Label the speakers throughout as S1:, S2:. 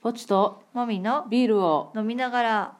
S1: ポチと
S2: もみの
S1: ビールを
S2: 飲みながら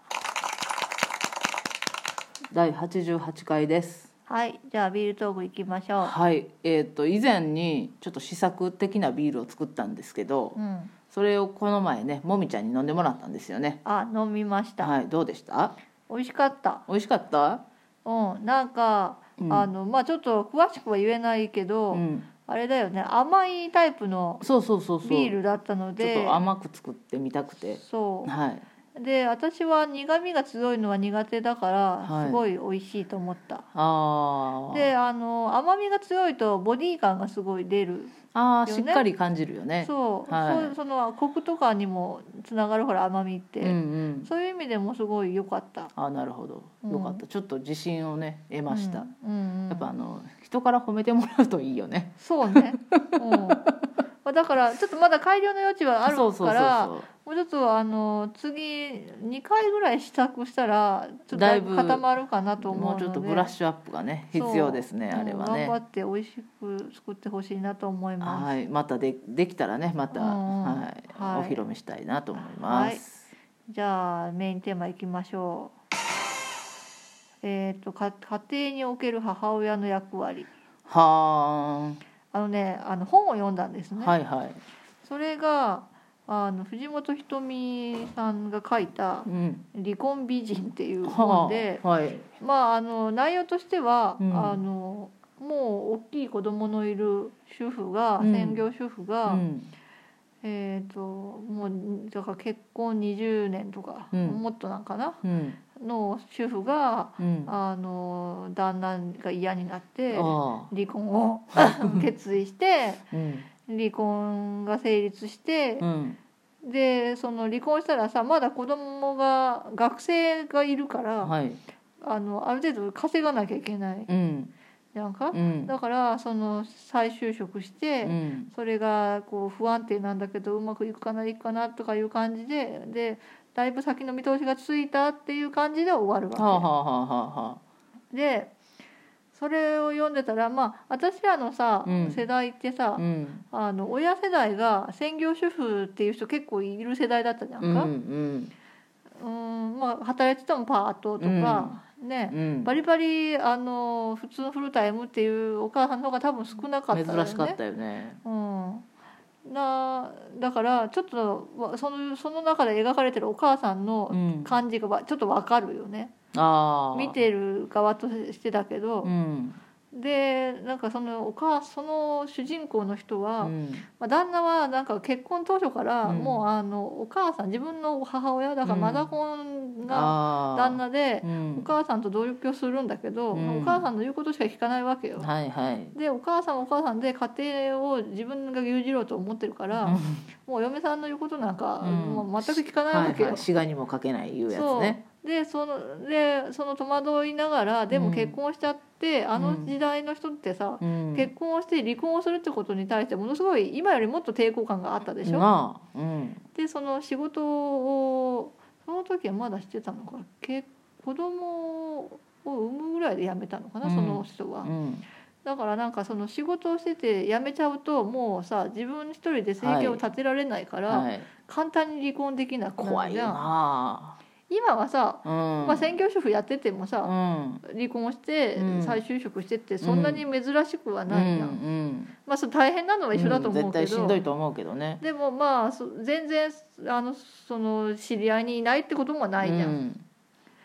S1: 第88回です
S2: はいじゃあビールトークいきましょ
S1: はいえー、と以前にちょっと試作的なビールを作ったんですけど
S2: ううん
S1: それをこの前ねもみちゃんに飲んでもらったんですよね
S2: あ飲みました、
S1: はいどうでした
S2: 美味しかった
S1: 美味しかった
S2: うんなんか、
S1: うん
S2: あのまあちょっと詳しくは言えないけど、
S1: うん
S2: あれだよね甘いタイプの
S1: そうそうそうそう
S2: ビールだったの
S1: ちょっ
S2: で
S1: と甘く作ってみたくて
S2: そ
S1: はいう
S2: で私は苦味が強いのは苦手だから、
S1: はい
S2: すごい美味しいと思った
S1: あー
S2: であの甘みが強いとボディ感がすごい出る
S1: あー
S2: よ
S1: し
S2: ね
S1: っかり感じるよね
S2: そう,、
S1: はい
S2: そうそのコクとかにもつながるから甘みって、
S1: うんうん
S2: そういう意味でもすごい良かった
S1: あーなるほど
S2: うん
S1: よかった、ちょっと自信をね得ました、
S2: うんうんうん
S1: やっぱあの人から褒めてもらうといいよね
S2: そうね、 うんまあ、だからちょっとまだ改良の余地はあるから
S1: そうそうそうそう
S2: もうちょっとあの次2回ぐらい試作したらちょっと
S1: だ
S2: だ
S1: い
S2: い
S1: ぶ
S2: ぶ固まるかなと思う
S1: も
S2: の
S1: う
S2: で
S1: ちょっとブラッシュアップがね必要ですね
S2: そう
S1: あれは
S2: うん頑
S1: ね
S2: 張って美味しく作ってほしいなと思います
S1: はいまたでできたらねまた、
S2: うんうん
S1: はい
S2: はい
S1: お披露目したいなと思います、
S2: じゃあメインテーマいきましょうえっ、とか家庭における母親の役割
S1: は
S2: あのねあの本を読んだんです
S1: ーん
S2: ね、
S1: はいはい
S2: それがあの藤本ひとみさんが書いた
S1: うん
S2: 「離婚美人」っていう
S1: は
S2: 本で、
S1: あはい
S2: まああの内容としては、
S1: うん
S2: あのもう大きい子供のいる主婦が、
S1: うん
S2: 専業主婦が、
S1: うん
S2: えっ、ともうだから結婚20年とか、
S1: うん
S2: もっとなんかな
S1: うん
S2: の主婦が
S1: うんあ
S2: あの旦那が嫌になって
S1: あ
S2: 離婚を 決意して
S1: うん
S2: 離婚が成立して
S1: う、ん
S2: でその離婚したらさまだ子供が学生がいるから、
S1: はい
S2: あのある程度稼がなきゃいけない
S1: うん
S2: じゃんか。
S1: うん
S2: だからその再就職して、
S1: うん
S2: それがこう不安定なんだけどうまくいくかないいくかなとかいう感じででだいぶ先の見通しがついたっていう感じで終わる
S1: はあはあ
S2: わ
S1: はあはあは
S2: け、でそれを読んでたらまあ私らのさ、
S1: うん
S2: 世代ってさ
S1: あ、うん
S2: あの親世代が専業主婦っていう人結構いる世代だったじゃん
S1: うんう
S2: か、
S1: ん
S2: うん、まあ働いててもパートとか、ね
S1: うん
S2: バリバリあの普通のフルタイムっていうお母さんの方が多分少なかったよね
S1: 珍しかったよね
S2: うん、なだからちょっとわそのその中で描かれてるお母さん
S1: う
S2: の
S1: ん
S2: 感じがわちょっとわかるよね
S1: ああ
S2: 見てる側としてだけど
S1: う、ん
S2: でなんかそのお母その主人公の人
S1: う
S2: は、
S1: ん
S2: まあ、旦那はなんか結婚当初から
S1: うん
S2: もうあのお母さん自分の母親だか
S1: うん
S2: らマザコンが
S1: ああ
S2: 旦那で、
S1: うん
S2: お母さんと同居するんだけど、
S1: うん
S2: お母さんの言うことしか聞かないわけよ。
S1: はいはい
S2: でお母さんはお母さんで家庭を自分が牛耳ろうと思ってるから、
S1: うん
S2: もうお嫁さんの言うことなんか、
S1: うん
S2: もう全く聞かない
S1: は
S2: わけ
S1: い
S2: よ。
S1: はい滋賀にもかけないいうやつね
S2: そうでそのでその戸惑いながらで
S1: う
S2: も
S1: ん
S2: 結婚しちゃって、あの時代の人ってさ、
S1: うん
S2: 結婚をして離婚をするってことに対してものすごい今よりもっと抵抗感があったでしょ。
S1: なあうん
S2: でその仕事をその時はまだしてたのか結子供を産むぐらいで辞めたのかな、
S1: うん
S2: その人は。
S1: うん
S2: だからなんかその仕事をしてて辞めちゃうともうさ自分一人で生計を立てられないから、
S1: はい
S2: 簡単に離婚できなくな
S1: 怖
S2: る
S1: い
S2: じ
S1: よ
S2: ゃん
S1: な
S2: 今はさ、
S1: うん
S2: まあ、専業主婦やってても
S1: う
S2: さ、
S1: ん
S2: 離婚して
S1: うん
S2: 再就職してってそんなに珍しくはないじゃん、
S1: うんうん
S2: まあその大変なのは一緒だと思
S1: ん
S2: うけ
S1: 絶対し
S2: ど、
S1: んどいと思うけどね
S2: でもまあそ全然あのその知り合いにいないってこともないじゃん、
S1: うん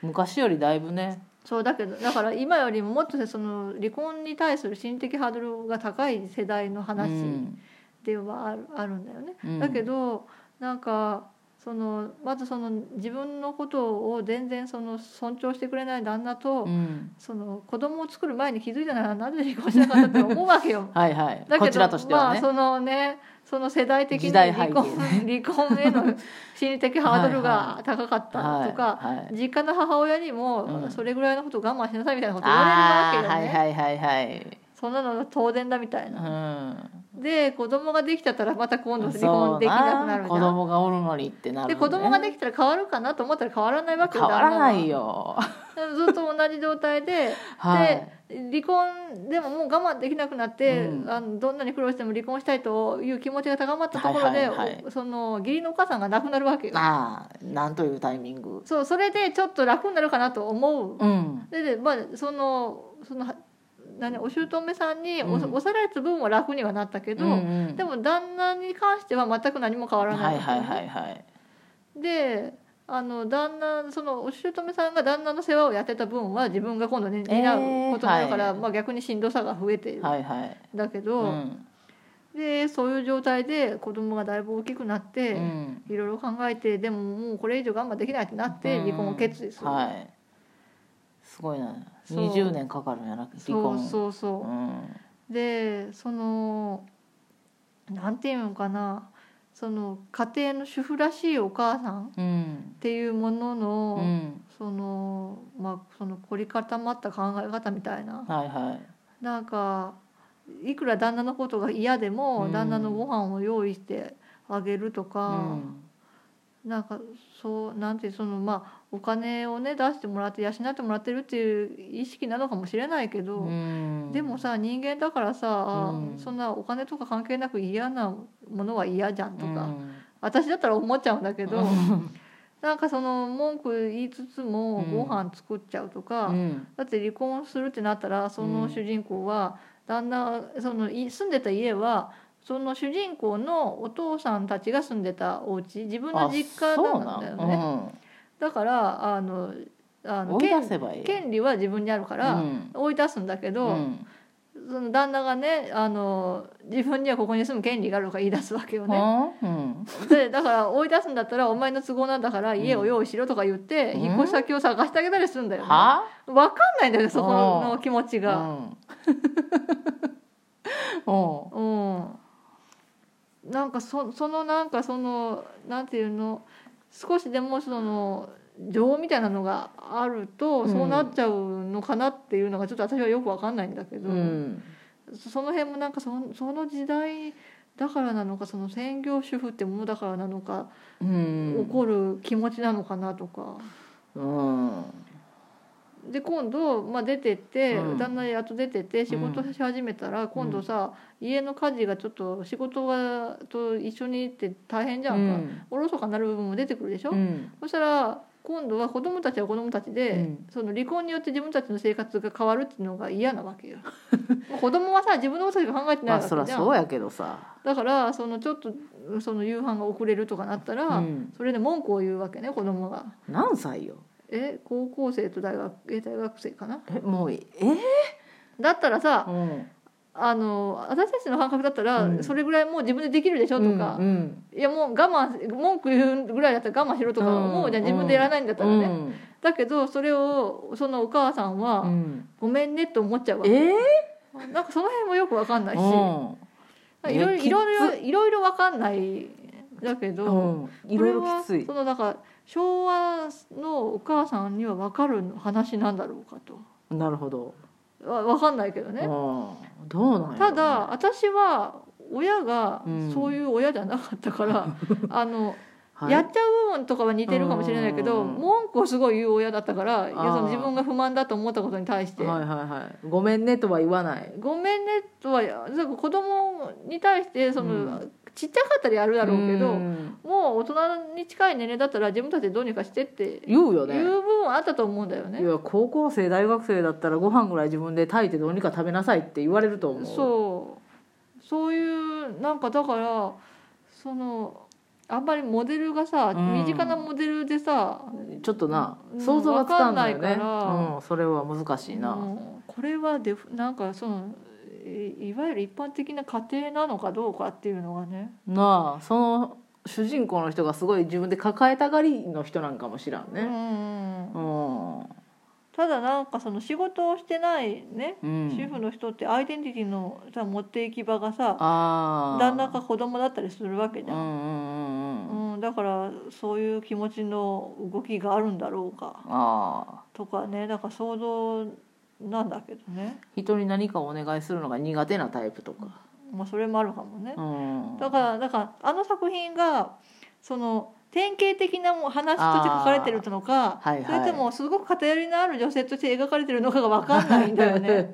S1: 昔よりだいぶね
S2: そうだけどだから今よりももっとその離婚に対する心的ハードルが高い世代の話、
S1: うん
S2: ではあるあるんだよね、
S1: うん
S2: だけどなんかそのまずその自分のことを全然その尊重してくれない旦那と、
S1: うん
S2: その子供を作る前に気づいたならなぜ離婚しなかったって思うわけよ
S1: はいはい
S2: だけど
S1: こちらとしては
S2: まあ、
S1: ね
S2: そのねその世代的に
S1: 時代
S2: 離
S1: 背景
S2: 婚離婚 への心理的ハードルが高かったと か
S1: はいはい
S2: 実家の母親に
S1: う
S2: も
S1: ん
S2: それぐらいのこと我慢しなさいみたいなこと言われるわ
S1: あ
S2: け
S1: ー
S2: よね、
S1: はいはいはいはい
S2: そんなの当然だみたい
S1: う
S2: な。
S1: ん
S2: で子供ができちゃったらまた今度離婚できなくなるじ
S1: そう子
S2: ゃん
S1: 供がおるのにってなる
S2: で
S1: ね
S2: 子供ができたら変わるかなと思ったら変わらないわけ
S1: 変わらない
S2: よ
S1: よ
S2: ずっと同じ状態で
S1: はい
S2: で離婚でももう我慢できなくなって、
S1: うん
S2: あのどんなに苦労しても離婚したいという気持ちが高まったところで、
S1: はいはいはい
S2: おその義理のお母さんが亡くなるわけよ
S1: ああなんというタイミング
S2: そうそれでちょっと楽になるかなと思う、
S1: うん
S2: ででまあそのそのは何お姑さんにお
S1: うん
S2: おさられた分は楽にはなったけど、
S1: うんうん
S2: でも旦那に関しては全く何も変わらない、
S1: はいはいはいはい
S2: であの旦那そのお姑さんが旦那の世話をやってた分は自分が今度ね担うことになるから、
S1: えーはい
S2: まあ、逆にしんどさが増えてるん
S1: はいはい
S2: だけ
S1: う
S2: ど、
S1: ん
S2: でそういう状態で子供がだいぶ大きくなっ
S1: う
S2: て、
S1: ん
S2: いろいろ考えてでももうこれ以上我慢できないってなって離婚を決意する、
S1: はいすごいな
S2: そう
S1: 20年かかるんやな離
S2: そう
S1: 婚う
S2: そうそう、
S1: ん
S2: でそのなんていうのかなその家庭の主婦らしいお母さんっ
S1: うん
S2: ていうものの、
S1: うん
S2: そのまあその凝り固まった考え方みたいな
S1: はいはい
S2: なんかいくら旦那のことが嫌でも、
S1: うん
S2: 旦那のご飯を用意してあげると
S1: う
S2: か、
S1: ん
S2: なんかそうなんていうそのまあお金をね出してもらって養ってもらってるっていう意識なのかもしれないけど。
S1: うん
S2: でもさ人間だからさ、
S1: うん
S2: そんなお金とか関係なく嫌なものは嫌じゃんとか、
S1: うん
S2: 私だったら思っちゃうんだけど、
S1: うん
S2: なんかその文句言いつつも
S1: うん
S2: ご飯作っちゃうとか、
S1: うん
S2: だって離婚するってなったらその主人公は旦那そのい住んでた家はその主人公のお父さんたちが住んでたお家自分の実家なんだよね。だからあのあ
S1: あそうなんうん
S2: の
S1: 追い
S2: 権
S1: 出せばいい
S2: 権利は自分にあるから、
S1: うん
S2: 追い出すんだけど。
S1: うん
S2: その旦那がねあの自分にはここに住む権利があるとか言い出すわけよね、
S1: うん
S2: でだから追い出すんだったらお前の都合なんだから家を用意しろとか言って、
S1: うん
S2: 引っ越し先を探してあげたりするんだよ、ねわ
S1: は
S2: 分かんないんだよそこの気持 ちが、
S1: うんお
S2: うんなんかそそのなんかそのなんていうの少しでもその情みたいなのがあるとそうなっちゃうのかなっていうのがちょっと私はよく分かんないんだけ
S1: う
S2: ど、
S1: うん
S2: その辺もなんかそのその時代だからなのかその専業主婦ってものだからなのか、
S1: うん
S2: 怒る気持ちなのかなとか
S1: うん
S2: で今度、まあ、出てって、
S1: うん
S2: 旦那やっと出てって仕事し始めたら、今度さ家の家事がちょっと仕事がと一緒にって大変じゃんか、おろそかになる部分も出てくるでしょ、
S1: うん
S2: そしたら今度は子供たちは子供たちで、
S1: うん
S2: その離婚によって自分たちの生活が変わるっていうのが嫌なわけよ もう子供はさ自分のことしか考えて
S1: まあ
S2: ないわけ
S1: そりゃ
S2: じゃん
S1: そうやけどさ
S2: だからそのちょっとその夕飯が遅れるとかなったら、
S1: うん
S2: それで文句を言うわけね子供が
S1: 何歳よ
S2: え高校生と大学え大学生かな
S1: えもうえ
S2: だったらさ
S1: うん
S2: あの私たちの感覚だったら、
S1: うん
S2: それぐらいもう自分でできるでしょとか、
S1: うん
S2: いやもう我慢文句言うぐらいだったら我慢しろとか思うじゃん、
S1: うん
S2: 自分でやらないんだったらね、
S1: うん
S2: だけどそれをそのお母さんは、
S1: うん
S2: ごめんねって思っちゃうわけ
S1: え
S2: なんかその辺もよくわかんないし、
S1: うん
S2: いろ
S1: え
S2: いろいろいろいろいろわかんないだけど、
S1: うんいろいろきつい
S2: これはそのだから昭和のお母さんには分かる話なんだろうかと
S1: なるほど
S2: わ分かんないけど
S1: うん
S2: ね
S1: どうなんやろうね
S2: ただ私は親が
S1: うん
S2: そういう親じゃなかっ たから、あの
S1: はい
S2: やっちゃう部分とかは似てるかもしれないけど、
S1: うん
S2: 文句をすごい言う親だったからいや
S1: あー
S2: その自分が不満だと思ったことに対して、
S1: はいはいはいごめんねとは言わない
S2: ごめんねとはなんか子供に対してその、
S1: うん
S2: ちっちゃかったらやるだろうけど、
S1: ん
S2: もう大人に近い年齢だったら自分たちでどうにかしてって
S1: 言うよ
S2: いう
S1: ね
S2: 部分はあったと思うんだよね
S1: い。や高校生大学生だったらご飯ぐらい自分で炊いてどうにか食べなさいって言われると思う
S2: そうそういうなんかだからそのあんまりモデルがさ、
S1: うん
S2: 身近なモデルでさ、
S1: ちょっとな
S2: うん
S1: 想像がつかんだよ
S2: わ
S1: ね
S2: かんないから
S1: うんそれは難しいな
S2: もうこれはデフなんかそのいいわゆる一般的な家庭なのかどうかっていうのがね
S1: なあその主人公の人がすごい自分で抱えたがりの人なんかも知らん
S2: う
S1: ね
S2: ん
S1: うん
S2: ただなんかその仕事をしてないね、
S1: うん
S2: 主婦の人ってアイデンティティのさ持っていき場がさ
S1: ああ
S2: 旦那か子供だったりするわけじ
S1: う
S2: ゃん、
S1: んうんうんうん
S2: うん、だからそういう気持ちの動きがあるんだろうか
S1: ああ
S2: とかねだから想像なんだけどね、
S1: 人に何かをお願いするのが苦手なタイプとか
S2: まあ、それもあるかもね
S1: うん
S2: だからだからあの作品がその典型的なもう話として書かれてるのか、
S1: あーはいはい
S2: それともすごく偏りのある女性として描かれてるのかが分かんないんだよね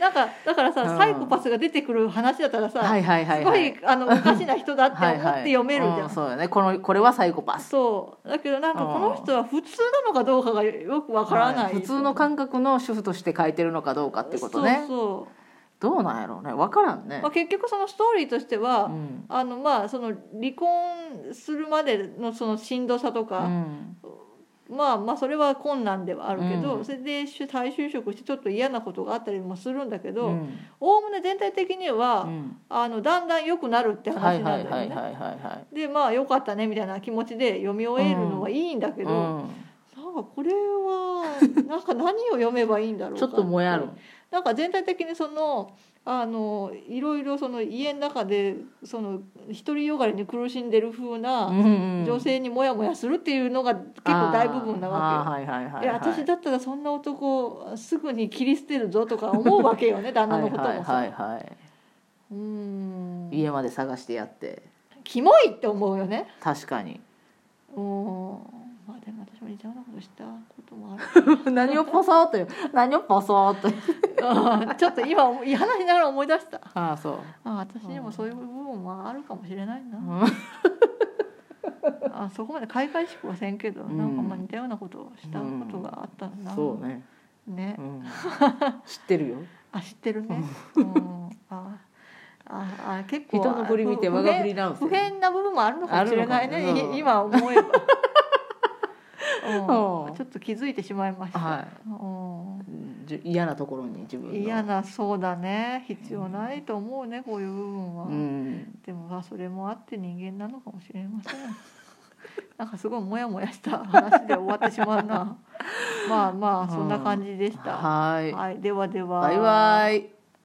S2: なんかだからさ、
S1: うん
S2: サイコパスが出てくる話だったらさ、
S1: はいはいはい
S2: す
S1: は
S2: ご
S1: い
S2: いあのおかしな人だって
S1: はい
S2: 思
S1: はい
S2: って読めるじゃん、
S1: うんそうよねこのこれはサイコパス
S2: そうだけどなんか
S1: うん
S2: この人は普通なのかどうかがよくわからない、
S1: はい普通の感覚の主婦として書いてるのかどうかってことね
S2: そうそ
S1: どうなんやろうね分からん
S2: う、
S1: ね
S2: まあ、、結局そのストーリーとしては、
S1: うん
S2: あのまあその離婚するまでのそのしんどさと
S1: う
S2: か、
S1: ん
S2: まあまあそれは困難ではあるけど、
S1: うん
S2: それで再就職してちょっと嫌なことがあったりもするんだけ
S1: う
S2: ど
S1: ん
S2: おおむね全体的には、
S1: うん
S2: あのだんだん良くなるって
S1: はい
S2: 話
S1: は
S2: ないんだ
S1: はいはいは
S2: よね。
S1: いはい
S2: でまあ良かったねみたいな気持ちで読み終えるのはいいんだけど、
S1: う、
S2: なんかこれはなんか何を読めばいいんだろうんか
S1: ちょっともやる
S2: なんか全体的にそのあのいろいろその家の中でその独りよがりに苦しんでる風な女
S1: 女
S2: 性にモヤモヤするっていうのが結構大部分なわ
S1: けよ。はいはいは
S2: けよ。
S1: い
S2: いや私だったらそんな男すぐに切り捨てるぞとか思うわけ よね旦那のこともさ、
S1: はいはいはいは
S2: うーん
S1: い、家まで探してやって
S2: キモいって思うよね
S1: 確かに
S2: うーんまあでも私も似たようなことしたこともある
S1: 何をポソーっと言う何をポソーっと言う
S2: うん ちょっと今思い話しながら思い出した
S1: ああそう、
S2: あ私にもそういう部分もあるかもしれないな、あそこまで開会式はせんけど、
S1: うん
S2: なんかまあ似たようなことをしたことがあったな、
S1: そうね、
S2: ね
S1: う、ん、知ってるよ
S2: あ知ってるね、うん、あああ結構
S1: 人の振り見て
S2: 不
S1: 我が振り直せ
S2: 不変な部分もあるのかもしれない
S1: あるの
S2: ね
S1: かもねうん
S2: い今思えば、うん
S1: うん
S2: ちょっと気づいてしまいました、
S1: は
S2: うん
S1: じゅ嫌なところに自分の
S2: 嫌なそうだね必要ないと思うねこういう部分は、
S1: うん
S2: でもまあそれもあって人間なのかもしれません なんかすごいモヤモヤした話で終わってしまうなまあまあそんな感じでした、
S1: はい
S2: はい、ではでは
S1: バイバイ